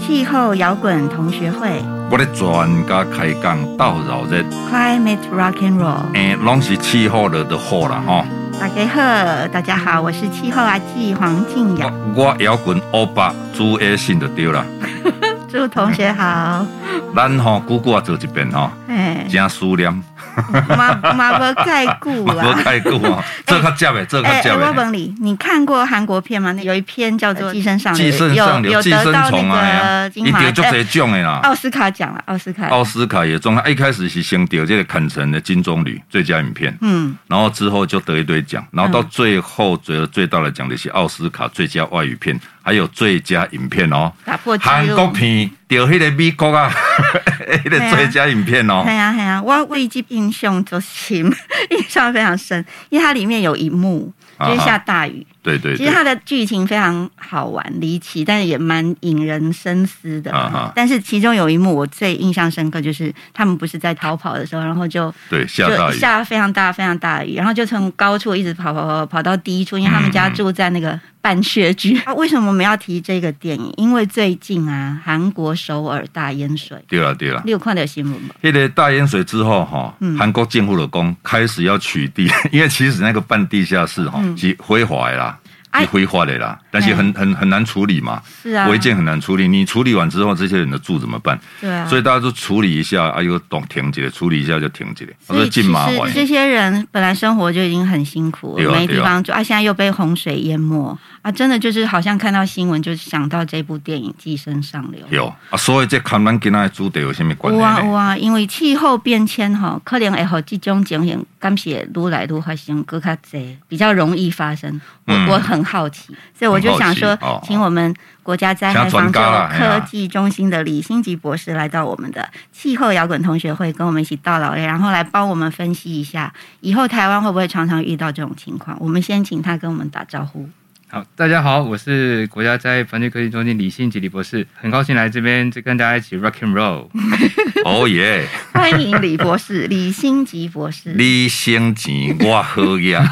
气候摇滚同学会我咧全家开讲到绕日， （Climate Rock and Roll）。诶，拢是气候了就好啦吼。大家好，大家好，我是气候阿纪黄静雅。我我摇滚欧巴朱 A 信就对啦。祝同学好，咱吼久久啊做一遍吼， 哎，真思念， 马马不盖顾 嘛无啦。太久 吼，这较接诶，这较哎、接我诶。问你，你看过韩国片吗？那有一篇叫做《寄生上流》，哎寄生上有流，有寄得生到虫啊，那哎呀个金伊马得足哎侪奖诶啦。奥斯卡奖了，奥斯卡。奥斯卡也中，他一开始是先得这个坎城的金棕榈最佳影片，嗯，然后之后就得一堆奖，然后到最后得了最大的奖的是奥斯卡最佳外语片，还有最佳影片哦。打破纪韩国录。片得迄个美国啊， 迄个最佳影片哦系。啊系啊，我为这印象 就深，印象非常深，因为它里面有一幕啊就是下大雨，对对其实对，它的剧情非常好玩离奇，但是也蛮引人深思的。啊哈但是其中有一幕我最印象深刻，就是他们不是在逃跑的时候，然后就对下大就雨，下非常大非常大的雨，然后就从高处一直跑跑跑跑到低处，因为他们嗯家住在那个半穴居。啊为什么我们要提这个电影？因为最近啊，韩国首尔大淹水，对啦对啦。你有嗯看到新闻吗？迄个大淹水之后，哈，韩国政府的工开始要取缔， 因为其实那个半地下室哈是非法的啦，嗯哎是非法的啦，但是很很很难处理嘛，是啊，违建很难处理。你处理完之后，这些人的住怎么办？对啊，所以大家就处理一下，哎呦，懂停几个，处理一下就停几个，我所说以其进实麻烦。这些人本来生活就已经很辛苦对了，啊没地方住啊，现在又被洪水淹没啊，真的就是好像看到新闻就想到这部电影《寄生上流》。有啊，所以这看咱今仔的主题有啥物关有啊系有呢？啊，因为气候变迁吼，可能会互这种情形，敢是会愈来愈发生，搁较侪，比较容易发生。我、嗯我很好奇，所以我就想说很，好奇哦请我们国家灾害防救科技中心的李新吉博士来到我们的气候摇滚同学会，跟我们一起到老，然后来帮我们分析一下，以后台湾会不会常常遇到这种情况？我们先请他跟我们打招呼。好，大家好，我是国家灾害防救科技中心李信吉李博士，很高兴来这边就跟大家一起 rock and roll。哦耶，欢迎李博士，李新吉博士。你省钱，我好 呀。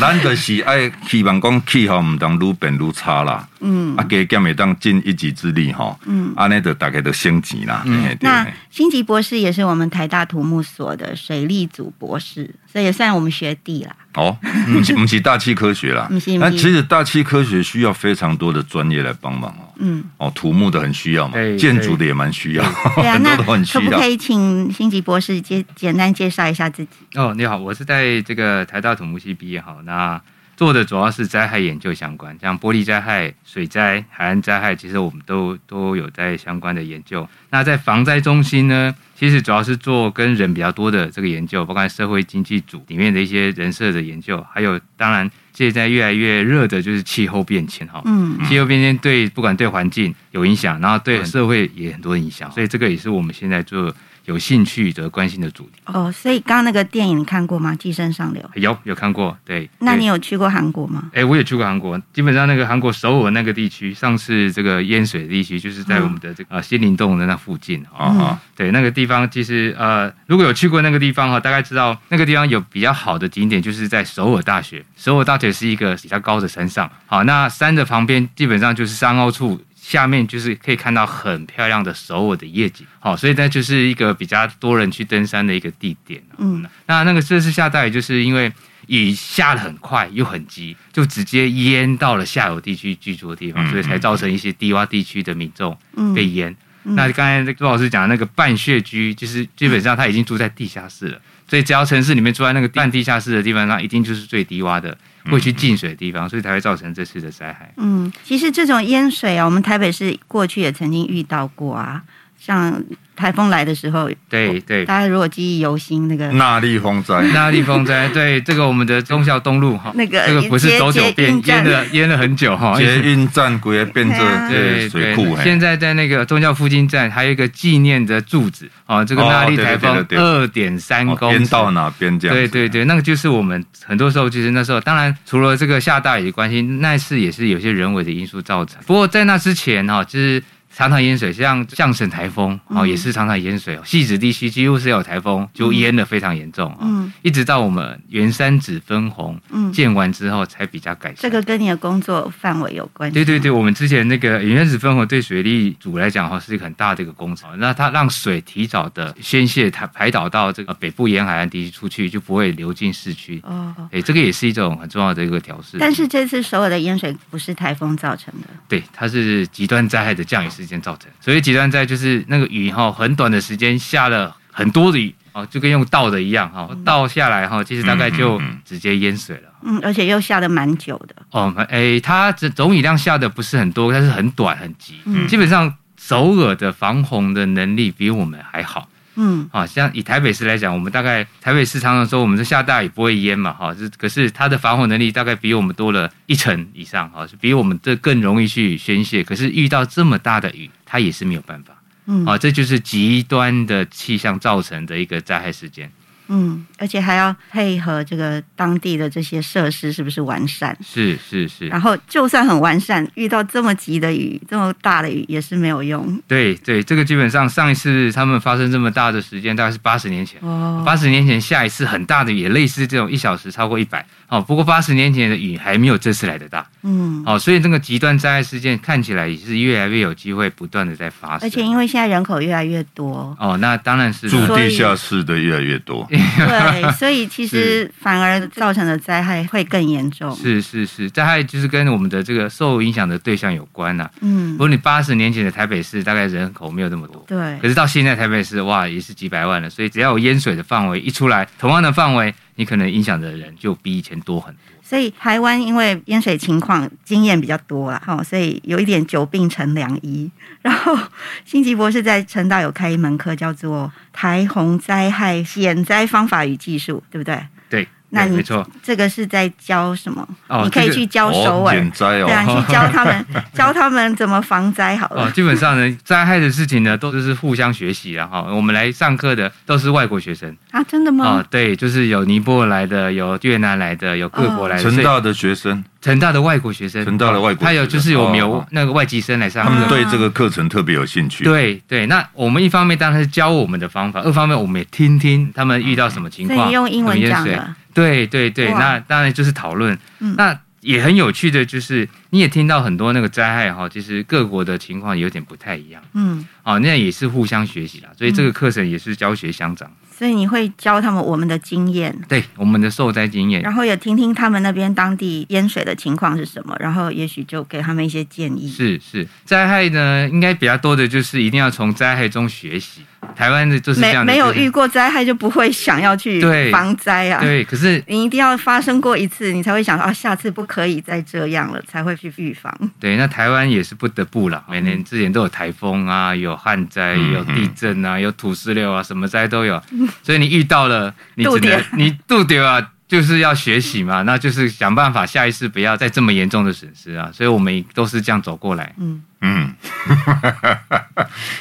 咱就是爱希望讲气候毋通愈变愈差啦，嗯啊，加减会当尽一己之力吼。嗯。安尼就大概就省钱啦。嗯嘿对那嘿辛吉博士也是我们台大土木所的水利组博士，所以也算我们学弟啦。 哦，不是不是大气科学啦不是，不那是其实大气科学需要非常多的专业来帮忙哦。嗯，哦，土木的很需要嘛对，建筑的也蛮需要，对啊， 很那多都很需可不要可。以请辛吉博士介简单介绍一下自己？哦，你好，我是在这个台大土木系毕业，好，那做的主要是灾害研究相关，像玻璃灾害、水灾、海岸灾害，其实我们都都有在相关的研究。那在防灾中心呢，其实主要是做跟人比较多的这个研究，包括社会经济组里面的一些人设的研究，还有当然现在越来越热的就是气候变迁哈。嗯气候变迁对不管对环境有影响，然后对社会也很多影响，所以这个也是我们现在做有兴趣的关心的主题。哦，所以刚刚那个电影你看过吗？《寄生上流》？有有看过，对。那你有？有去过韩国吗？哎，我也去过韩国，基本上那个韩国首尔那个地区，上次这个淹水的地区，就是嗯在我们的这个呃仙林洞的那附近啊啊、哦。啊，对，那个地方其实呃，如果有去过那个地方哈、大概知道那个地方有比较好的景点，就是在首尔大学。首尔大学是一个比较高的山上，好，那山的旁边基本上就是山凹处。下面就是可以看到很漂亮的首尔的夜景，好，所以那就是一个比较多人去登山的一个地点。嗯，那那个这次下大雨，就是因为雨下的很快又很急，就直接淹到了下游地区居住的地方，嗯所以才造成一些低洼地区的民众嗯被淹。嗯那刚才朱老师讲的那个半穴居，就是基本上他已经住在地下室了，所以只要城市里面住在那个半地下室的地方，那一定就是最低洼的，会去进水的地方，所以才会造成这次的灾害。嗯，其实这种淹水啊，我们台北市过去也曾经遇到过啊。像台风来的时候，对对，大家如果记忆犹新，那个纳利风 灾，那立风灾，对这个我们的忠孝东路哈，那个这个不是走捷九捷遍运，站淹了淹了很久哈，捷运站规个变对啊成这对个水库现嘿，哦在在那个宗教附近站还有一个纪念的柱子哦，这个哦纳利台风对对二点三哦公边尺。到哪边这样对子。对对，那个就是我们很多时候，其实那时候当然除了这个下大雨的关系，那次也是有些人为的因素造成。不过在那之前哈、就是常常淹水，像象省台风哦，嗯也是常常淹水。西子地区几乎是有台风，就淹的非常严重啊、嗯一直到我们圆山紫分红嗯，建完之后，才比较改善。这个跟你的工作范围有关系。对对对，我们之前那个原子分红对水利组来讲哈是一个很大的一个工程，那它让水提早的宣泄它排导到这个北部沿海岸地区出去，就不会流进市区。哦，哎，这个也是一种很重要的一个调试。但是这次首尔的淹水不是台风造成的，对，它是极端灾害的降雨事件造成。所以极端灾就是那个雨哈，很短的时间下了很多的雨哦，就跟用倒的一样哈，倒下来哈，其实大概就嗯嗯嗯直接淹水了。嗯，而且又下的蛮久的，哦，诶，它总总雨量下的不是很多，但是很短很急。嗯基本上首尔的防洪的能力比我们还好。嗯啊，像以台北市来讲，我们大概台北市常常说我们是下大雨不会淹嘛，哈、这可是它的防洪能力大概比我们多了一成以上，哈、是比我们这更容易去宣泄。可是遇到这么大的雨，它也是没有办法。嗯啊，这就是极端的气象造成的一个灾害事件。嗯，而且还要配合这个当地的这些设施是不是完善。是是是，然后就算很完善，遇到这么急的雨、这么大的雨也是没有用对对，这个基本上上一次他们发生这么大的事件，大概是八十年前。哦八十年前下一次很大的雨，也类似这种一小时超过一百哦。不过八十年前的雨还没有这次来的大嗯，哦，所以这个极端灾害事件看起来也是越来越有机会不断的在发生。，而且因为现在人口越来越多 哦，那当然是住所以地下室的越来越多。对，所以其实反而造成的灾害会更严重。是是是，灾害就是跟我们的这个受影响的对象有关呐、嗯不，过你八十年前的台北市大概人口没有那么多，对可，是到现在台北市哇也是几百万了，所以只要有淹水的范围一出来，同样的范围，你可能影响的人就比以前多很多。所以台湾因为淹水情况经验比较多啦，哈，所以有一点久病成良医。 然后辛吉博士在成大有开一门课，叫做《台洪灾害减灾方法与技术》，对不对？对，那对你没错这个是在教什么？哦你可这以个去教首哦尔，减灾对啊，哦，你去教他 们，教他们怎么防灾好哦，了。基本上呢，灾害的事情呢，都是互相学习然哈。我们来上课的都是外国学生啊，真嗯的哦吗？，对，就是有尼泊尔来的，有越南来的，有各国来的，嗯成所以大的学生成大的外国学生，成大的外国还有学生就是我们有哦那个外籍生来上他课。们对这个课程特别有兴趣。对对，那我们一方面当然是教我们的方法，二方面我们也听听他们遇到什么情所况，以用英文怎么淹讲水的，对对对，哇那当然就是讨论。嗯那也很有趣的就是，你也听到很多那个灾害哈，其实各国的情况有点不太一样。嗯，哦，那也是互相学习啦，所以这个课程也是教学相长。所以你会教他们我们的经验，对我们的受灾经验然后也听听他们那边当地淹水的情况是什么，然后也许就给他们一些建议。是是灾害呢，应该比较多的就是一定要从灾害中学习。台湾的就是这没样的没一个有遇过灾害，就不会想要去对防灾啊。对，可是你一定要发生过一次，你才会想到啊，下次不可以再这样了，才会去预防。对那台湾也是不得不嗯啦，每年之前都有台风啊，有旱灾，嗯有地震啊，有土石流啊，什么灾都有，所以你遇到了，嗯你渡只能掉你渡掉啊。就是要学习嘛，那就是想办法下一次不要再这么严重的损失啊，所以我们都是这样走过来。嗯，嗯，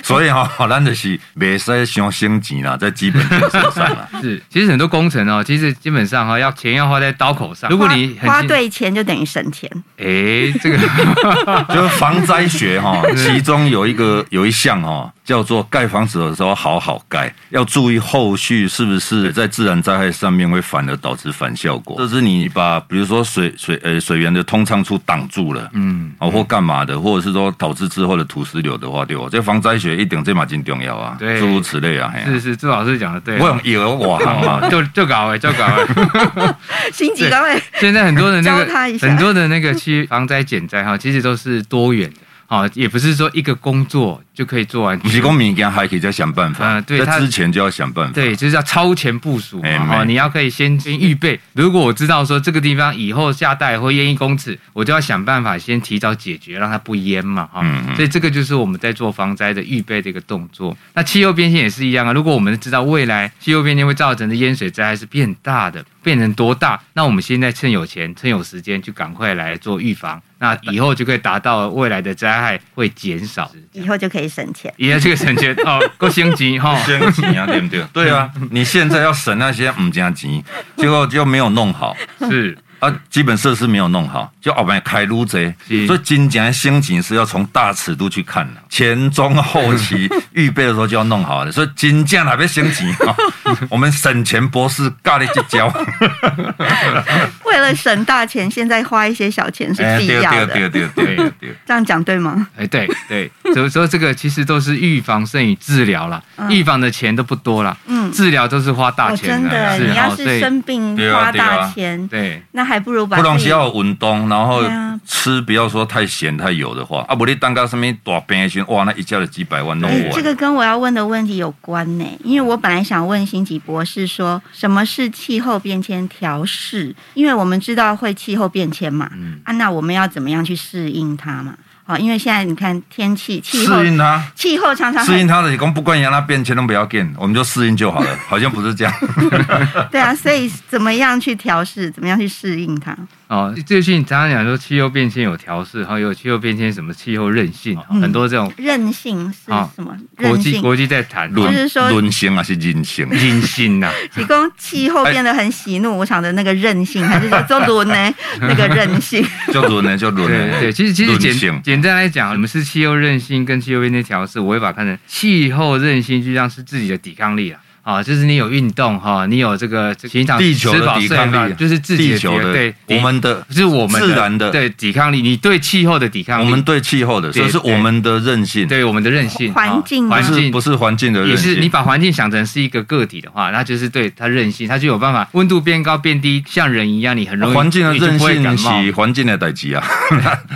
所以哈、哦，咱就是袂使伤省钱啦，在基本建设上啦。 是，其实很多工程哦，其实基本上哈、要钱要花在刀口上。如果你很花花清，对钱就等于省钱。哎，这个 就是防灾学哈、其中有一个有一项哦，叫做盖房子的时候好好盖，要注意后续是不是在自然灾害上面会反而导致反效果。这是你把比如说水水呃水源的通畅处挡住了，嗯，哦或干嘛的，或者是说导致之后的土石流的话，对我这防灾学一定这嘛真重要啊，对诸如此类啊。嘿啊是是，朱老师讲的对哦我。用有我行嘛， 就就搞哎，就搞哎！ 心急对刚位，现在很多的那教他一个下很多的那个区防灾减灾哈，其实都是多元的，好，也不是说一个工作就可以做完。不是讲物件还可以再想办法，嗯对他在之前就要想办法。对，就是要超前部署哎嘛，哦，没你要可以先先预备。如果我知道说这个地方以后下大雨会淹一公尺，我就要想办法先提早解决，让它不淹嘛，哈、嗯嗯所以这个就是我们在做防灾的预备的一个动作。那气候变迁也是一样啊，如果我们知道未来气候变迁会造成的淹水灾害是变大的，变成多大，那我们现在趁有钱、趁有时间，就赶快来做预防，那以后就可以达到未来的灾害会减少。以后就可以省钱。也这个省钱哦，够心急哈。省钱啊，对 不对？对啊，你现在要省那些唔加钱，结果就没有弄好，是，啊，基本设施没有弄好，就后面开路贼，是所以金钱兴景是要从大尺度去看的，前中后 期预备的时候就要弄好的，所以金价哪边兴景 啊？我们省钱博士尬了一跤，为了省大钱，现在花一些小钱 是必要对对哦的。哎对对对对对，这样讲对吗？哎，对对，所以说这个其实都是预防胜于治疗啦，嗯预防的钱都不多啦，嗯，治疗都是花大我钱啊真的，是哦你要好，所是以生病对啊花对啊大钱，哦对那还不如把不东自西己要有运动，然后对啊吃不要说太咸太油的话，啊，不你蛋糕上面大病的时候，哇，那一家的几百万弄哎完，这个跟我要问的问题有关呢、因为我本来想问辛吉博士说，什么是气候变迁调试？因为我们知道会气候变迁嘛，嗯啊，那我们要怎么样去适应它嘛？好、因为现在你看天气气候适应它，气候常常很适应它的，讲不管让它变迁都不要变，我们就适应就好了，好像不是这样。对啊，所以怎么样去调试，怎么样去适应它？哦，最近常常讲说气候变迁有调试，还有气候变迁什么气候韧性，啊嗯很多这种韧性是啊什么？国韧际性国际在谈就 论是说论性啊还是人性？韧性呐，提供气候变得很喜哎怒无常的那个韧性，还是说做轮 呢？那个韧性，就轮呢，就轮对呢。对，其实其实论简性简单来讲，我们是气候韧性跟气候变迁调试，我会把它看成气候韧性，就像是自己的抵抗力了。啊，就是你有运动哈，你有这个平常地球的抵抗力啊就是自己地的球抵抗的，对，抵我们的，就是我们自然的对抵抗力，你对气候的抵抗我力，们对气候的，对这是我们的韧性，对我们的韧性环啊境环不是境不是环境的也韧是你性。把环境想成是一个个体的话，那就是对它韧性，它就有办法温度变高变低，像人一样，你很容易啊环境的你就韧不会感性冒。是环境的代 志啊，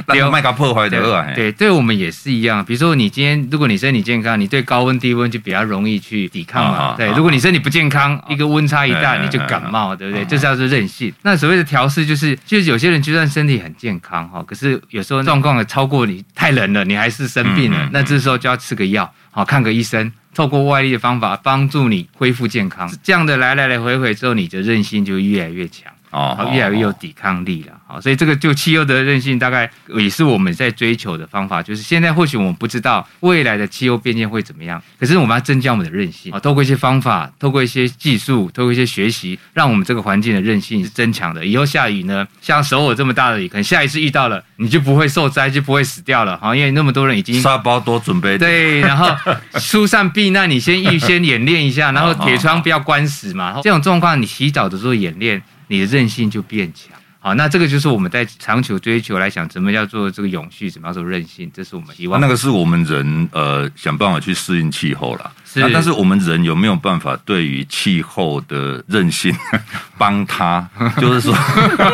对那麦克破坏的啊对，。对，对我们也是一样。比如说，你今天如果你身体健康，你对高温低温就比较容易去抵抗啊嘛。啊对啊，如果你身体不健康，一个温差一大哎你就哎感哎冒，对不对？嗯这叫做韧性。那所谓的调试，就是就是有些人就算身体很健康哈，可是有时候状况也超过你太冷了，你还是生病嗯了嗯，那这时候就要吃个药，好看个医生。透过外力的方法帮助你恢复健康，这样的来来来回回之后，你的韧性就越来越强。哦好，越来越有抵抗力了。好，所以这个就气候的韧性，大概也是我们在追求的方法。就是现在或许我们不知道未来的气候变迁会怎么样，可是我们要增加我们的韧性嗯啊，透过一些方法，透过一些技术，透过一些学习，让我们这个环境的韧性是增强的。以后下雨呢，像首尔这么大的雨，可能下一次遇到了，你就不会受灾，就不会死掉了。好，因为那么多人已经沙包多准备，对，然后疏散避难，你先预先演练一下，然后铁窗不要关死哦嘛。这种状况，你洗澡的时候演练，你的韧性就变强。好，那这个就是我们在长久追求来讲，怎么叫做这个永续，怎么叫做韧性，这是我们希望。那个是我们人呃想办法去适应气候啦。是那但是我们人有没有办法对于气候的韧性 帮他？就是说，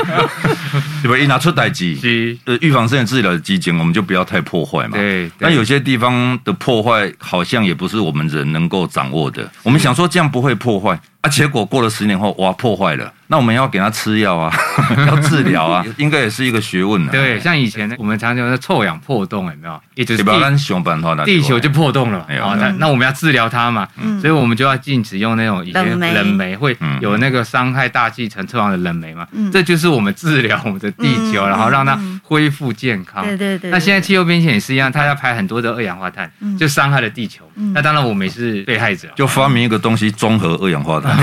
对吧？一拿出代机，是呃，预防性治疗的基金，我们就不要太破坏嘛。对那对有些地方的破坏好像也不是我们人能够掌握的。我们想说这样不会破坏啊，结果过了十年后，哇，破坏了。那我们要给他吃药啊， 要治疗 啊，应该也是一个学问啊。对，，像以前我们常讲的臭氧破洞，有没有？也就是对吧？地咱想办法啦地球就破洞了嘛哎，呦哦，那嗯那我们要治疗它嘛，嗯所以我们就要禁止用那种以前冷媒冷媒会嗯有那个伤害大气层臭氧的冷媒嘛嗯，这就是我们治疗我们的地球，嗯然后让它嗯恢复健康。对对对。那现在对气候变迁也是一样，它要排很多的二氧化碳嗯，就伤害了地球嗯。那当然我们也是被害者，就发明一个东西，综合二氧化 碳，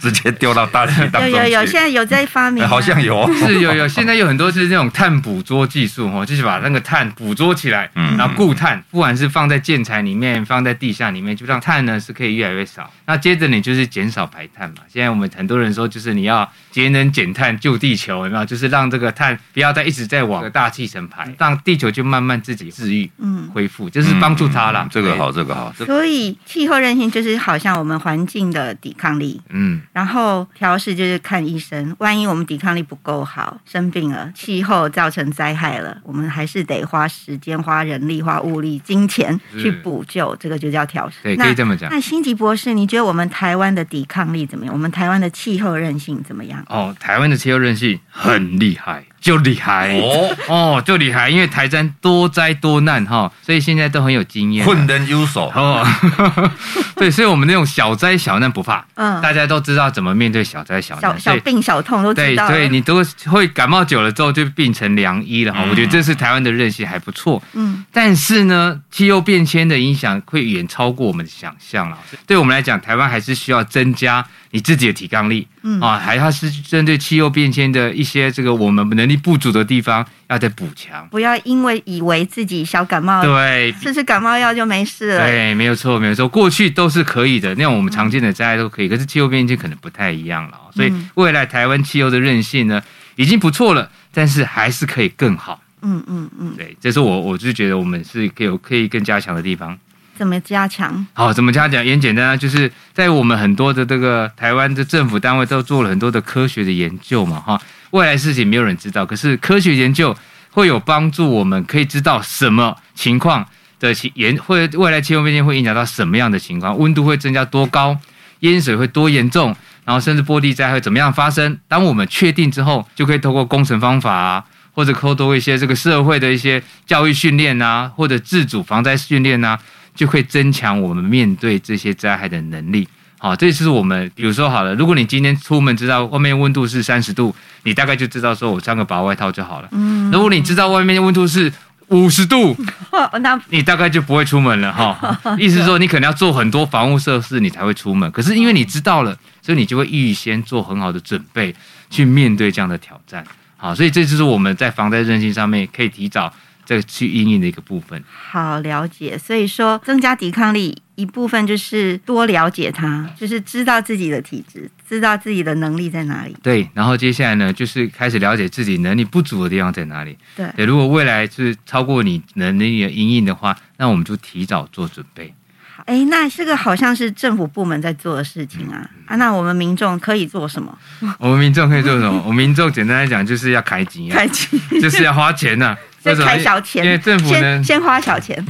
直接丢到大气当有中去。有有，现在有在发明哎啊，好像有哦，是有有，现在有很多是那种碳捕捉技术哦，就是把那个碳捕捉起来，嗯然后固碳，不管是放在建材里面，放在地下里面，就让碳呢是可以越来越少。那接着你就是减少排碳嘛。现在我们很多人说，就是你要节能减碳救地球，有没有？就是让这个碳不要再一直在往大气层排，让地球就慢慢自己治愈嗯。恢复，就是帮助它啦嗯。这个对好，，这个好，这所以气候韧性就是好像我们环境的抵抗力，嗯，然后调试就是看医生。万一我们抵抗力不够好，生病了，气候造成灾害了，我们还是得花时间、花人力、花物力、金钱是去补救，这个就叫调试。对，那可以这么讲。那辛吉博士，你觉得我们台湾的抵抗力怎么样？我们台湾的气候韧性怎么样？哦，台湾的气候韧性很厉害，就厉害哦， 哦，就厉害，因为台山多灾多难哈、所以现在都很有经验啊。混人有手，哦， 对，所以我们那种小灾小难不怕，嗯，大家都知道怎么面对小灾小小难。小所以病小痛都知对道了。对，你都会感冒久了之后就病成良医了哈、嗯我觉得这是台湾的韧性还不错。嗯但是呢，气候变迁的影响会远超过我们的想象了。对我们来讲，台湾还是需要增加你自己的提抗力，嗯啊，还它是针对气候变迁的一些这个我们能力不足的地方，要再补强。不要因为以为自己小感冒对，吃吃感冒药就没事了。对，没有错，没有错。过去都是可以的，那种我们常见的灾害都可以，可是气候变迁可能不太一样了哦。所以嗯未来台湾气候的韧性呢，已经不错了，但是还是可以更好。嗯嗯嗯，对，这是我我就觉得我们是可以有可以更加强的地方。怎么加强？好，怎么加强？也很简单啊，就是在我们很多的这个台湾的政府单位都做了很多的科学的研究嘛，哈，未来事情没有人知道，可是科学研究会有帮助，我们可以知道什么情况的情严会未来气候变迁会影响到什么样的情况，温度会增加多高，淹水会多严重，然后甚至波地灾会怎么样发生。当我们确定之后，就可以透过工程方法啊。或者扣多一些这个社会的一些教育训练啊，或者自主防灾训练啊，就会增强我们面对这些灾害的能力。好，这就是我们，比如说好了，如果你今天出门知道外面温度是三十度，你大概就知道说我穿个薄外套就好了。嗯，如果你知道外面温度是五十度， 哦那你大概就不会出门了哈。 意思是说，你可能要做很多防护设施，你才会出门。可是因为你知道了，所以你就会预先做很好的准备，去面对这样的挑战。好，所以这就是我们在防灾韧性上面可以提早再去应应的一个部分。好了解，所以说增加抵抗力一部分就是多了解它，就是知道自己的体质，知道自己的能力在哪里。对，然后接下来呢，就是开始了解自己能力不足的地方在哪里。对，对，如果未来是超过你能力的阴影的话，那我们就提早做准备。哎，那这个好像是政府部门在做的事情啊嗯啊，那我们民众可以做什么？我们民众可以做什 么？我们民众简单来讲，就是要开金啊，开机，就是要花钱呐、啊为先什么开小因为钱，政府呢嗯先，先花小钱。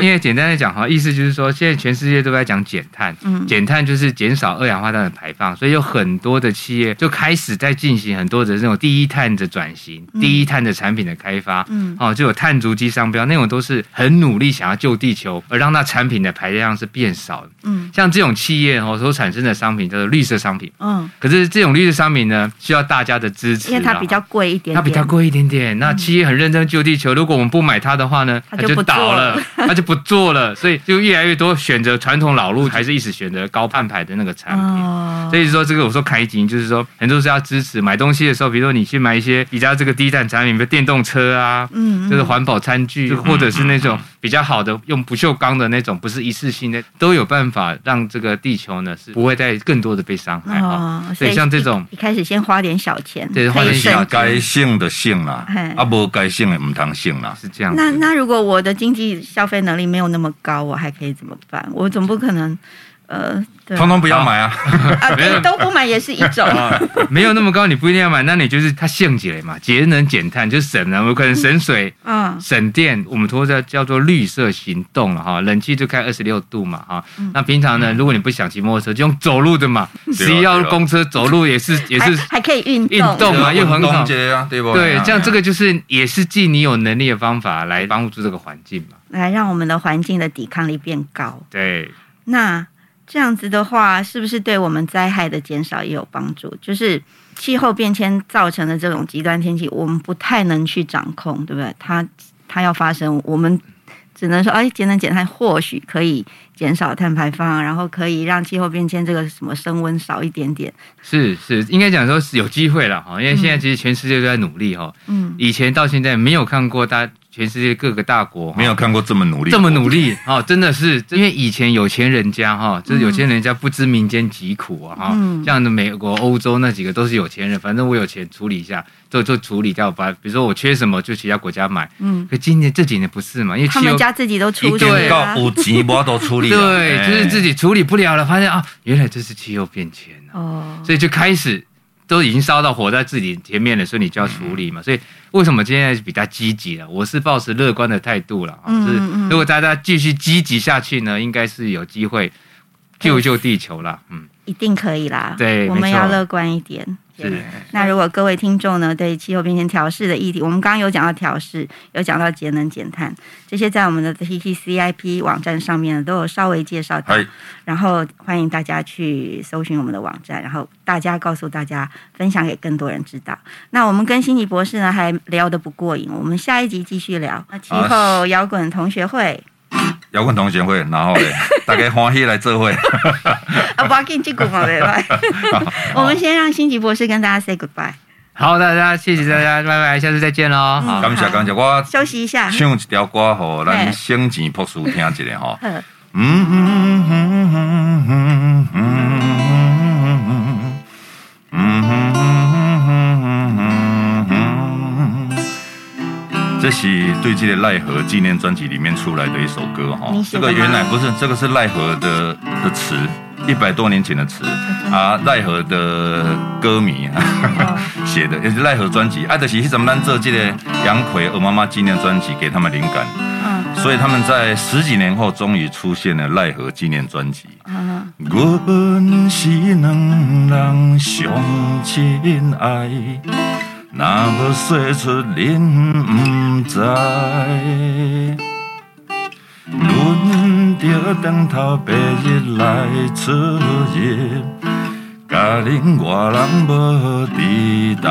因为简单来讲哈，意思就是说，现在全世界都在讲减碳，嗯减碳就是减少二氧化碳的排放，所以有很多的企业就开始在进行很多的这种低碳的转型、嗯低碳的产品的开发，嗯哦，就有碳足迹商标那种，都是很努力想要救地球，而让那产品的排量是变少的。嗯像这种企业哦所产生的商品叫做绿色商品，嗯，可是这种绿色商品呢，需要大家的支持啊，因为它比较贵一点点，嗯它比较贵一点点。那企业很认真救地球，如果我们不买它的话呢，它它就就不倒做了了， 它就不做了。所以就越来越多选择传统老路，还是一直选择高碳排的那个产品。哦所以说，这个我说开金，就是说很多是要支持买东西的时候，比如说你去买一些比较这个低碳产品，比如电动车啊，嗯，嗯就是环保餐具，或者是那种比较好的用不锈钢的那种，不是一次性的，都有办法让这个地球呢是不会再更多的被伤害哈。哦，哎所以像这种一一开始先花点小钱，对花点可以小省是该省的省啦嘿，啊无该省的唔通省啦。是这样子。那那如果我的经济消费能力没有那么高，我还可以怎么办？我总不可能，呃，对通通不要买啊！啊，没有对，都不买也是一种。 啊，没有那么高，你不一定要买，那你就是它限节了嘛，节能减碳就省了，我可能省水。嗯省电，我们通常叫做绿色行动了哈，冷气就开二十六度嘛哈。那平常呢，如果你不想骑摩托车，就用走路的嘛，啊十一号公车走路也是也还是还可以运运动嘛，又很好。节啊，对不？对，这样这个个就是也是尽你有能力的方法来帮助这个环境嘛。来让我们的环境的抵抗力变高。对，那这样子的话，是不是对我们灾害的减少也有帮助？就是气候变迁造成的这种极端天气，我们不太能去掌控，对不对？它它要发生，我们只能说，哎，节能减碳或许可以减少碳排放，然后可以让气候变迁这个什么升温少一点点。是是，应该讲说是有机会了哈，因为现在其实全世界都在努力哈，嗯，以前到现在没有看过大全世界各个大国哈没有看过这么努力，这么努力哦，真的是因为以前有钱人家哈，就是有钱人家不知民间疾苦啊哈，嗯像美国、欧洲那几个都是有钱人，反正我有钱处理一下，就就处理掉，把比如说我缺什么就其他国家买。嗯，可今年这几年不是嘛，因为他气们候家自己都出一去定了、到啊。有钱我都处理啊。 对，哎就是自己处理不了了，发现啊，原来这是气候变迁啊。哦，所以就开始都已经烧到火在自己前面了，所以你就要处理嘛。所以为什么今天比较积极了？我是抱持乐观的态度了，啊嗯就是嗯如果大家继续积极下去呢，应该是有机会救一救地球啦。嗯，一定可以啦。对我们没错要乐观一点。是那如果各位听众呢，对气候变迁调试的议题，我们刚刚有讲到调试，有讲到节能减碳，这些在我们的 TTCIP 网站上面呢都有稍微介绍到嗨。然后欢迎大家去搜寻我们的网站，然后大家告诉大家，分享给更多人知道。那我们跟辛吉博士呢还聊得不过瘾，我们下一集继续聊。那气候摇滚同学会。摇滚同学会，然 后嘞，大家欢喜来这会。啊，不要紧，这个嘛没拜。 我们先让辛吉博士跟大家 say goodbye，好，大家谢谢大家，拜拜，下次再嗯见喽。好，感谢好感谢，我休息一下。唱一条歌，吼，咱嘿省钱朴素听一下吼。 嗯嗯嗯嗯嗯嗯嗯嗯嗯嗯嗯，这是对这个奈何纪念专辑里面出来的一首歌哈你，写这的吗个原来不是这个是奈何的的词，一百多年前的词啊，奈何的歌迷啊。哦写的，也是奈何专辑，啊，就是迄阵咱做这个杨奎《鹅妈妈纪念专辑》给他们灵感，嗯所以他们在十几年后终于出现了奈何纪念专辑。嗯。阮是两人相亲爱，若要说出恁不知。轮着长头白日来出入，家人外人无期待。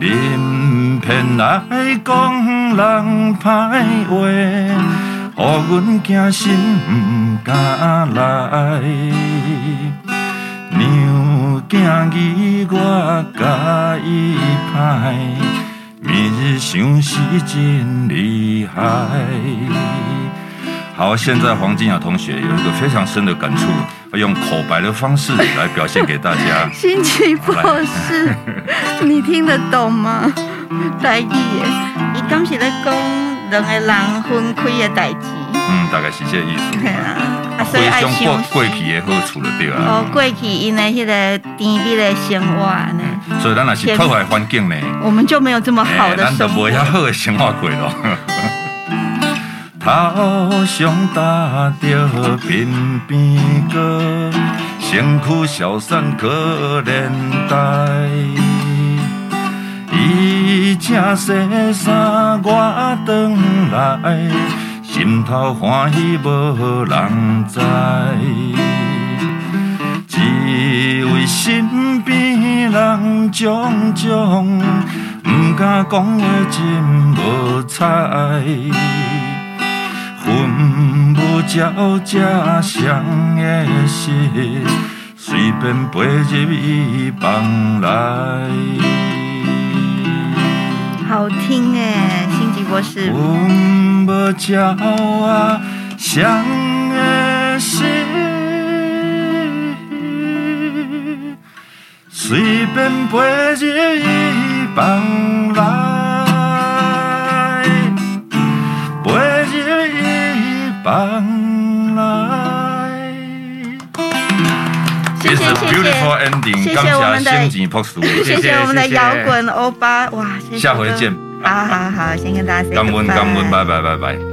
恁偏来讲人歹话，互阮惊心不敢来。娘囝儿我甲伊歹，明日想是真厉害。好，现在黄金雅同学有一个非常深的感触，用口白的方式来表现给大家辛吉博士，嗯你听得懂吗？台语耶，伊敢是咧讲两个人分开的代志，嗯，大概是这个意思嘿。 啊，啊所以回爱想过想过去的好处就对啊哦，。过去因的迄个甜蜜的生活呢，所以咱若是破坏环境呢，我们就没有这么好哎的咱就生无活。遐好的生活过咯。头上搭着鬓边哥，身躯消散可怜呆。伊才洗衫我转来，心头欢喜无人知。只为身边人种种，毋敢讲话真无彩。分不着这双的心，随便飞入伊房内。好听哎，辛吉博士，哦分不着啊双的心，随便飞入伊房内，飞入伊房内。谢谢 It's a 谢 beautiful 谢， ending，谢谢我感们的谢新井朴树，谢谢我们的谢谢摇滚欧巴，哇，谢谢下回见，好好好，先跟大家 say 感恩 goodbye 感恩，拜拜拜拜。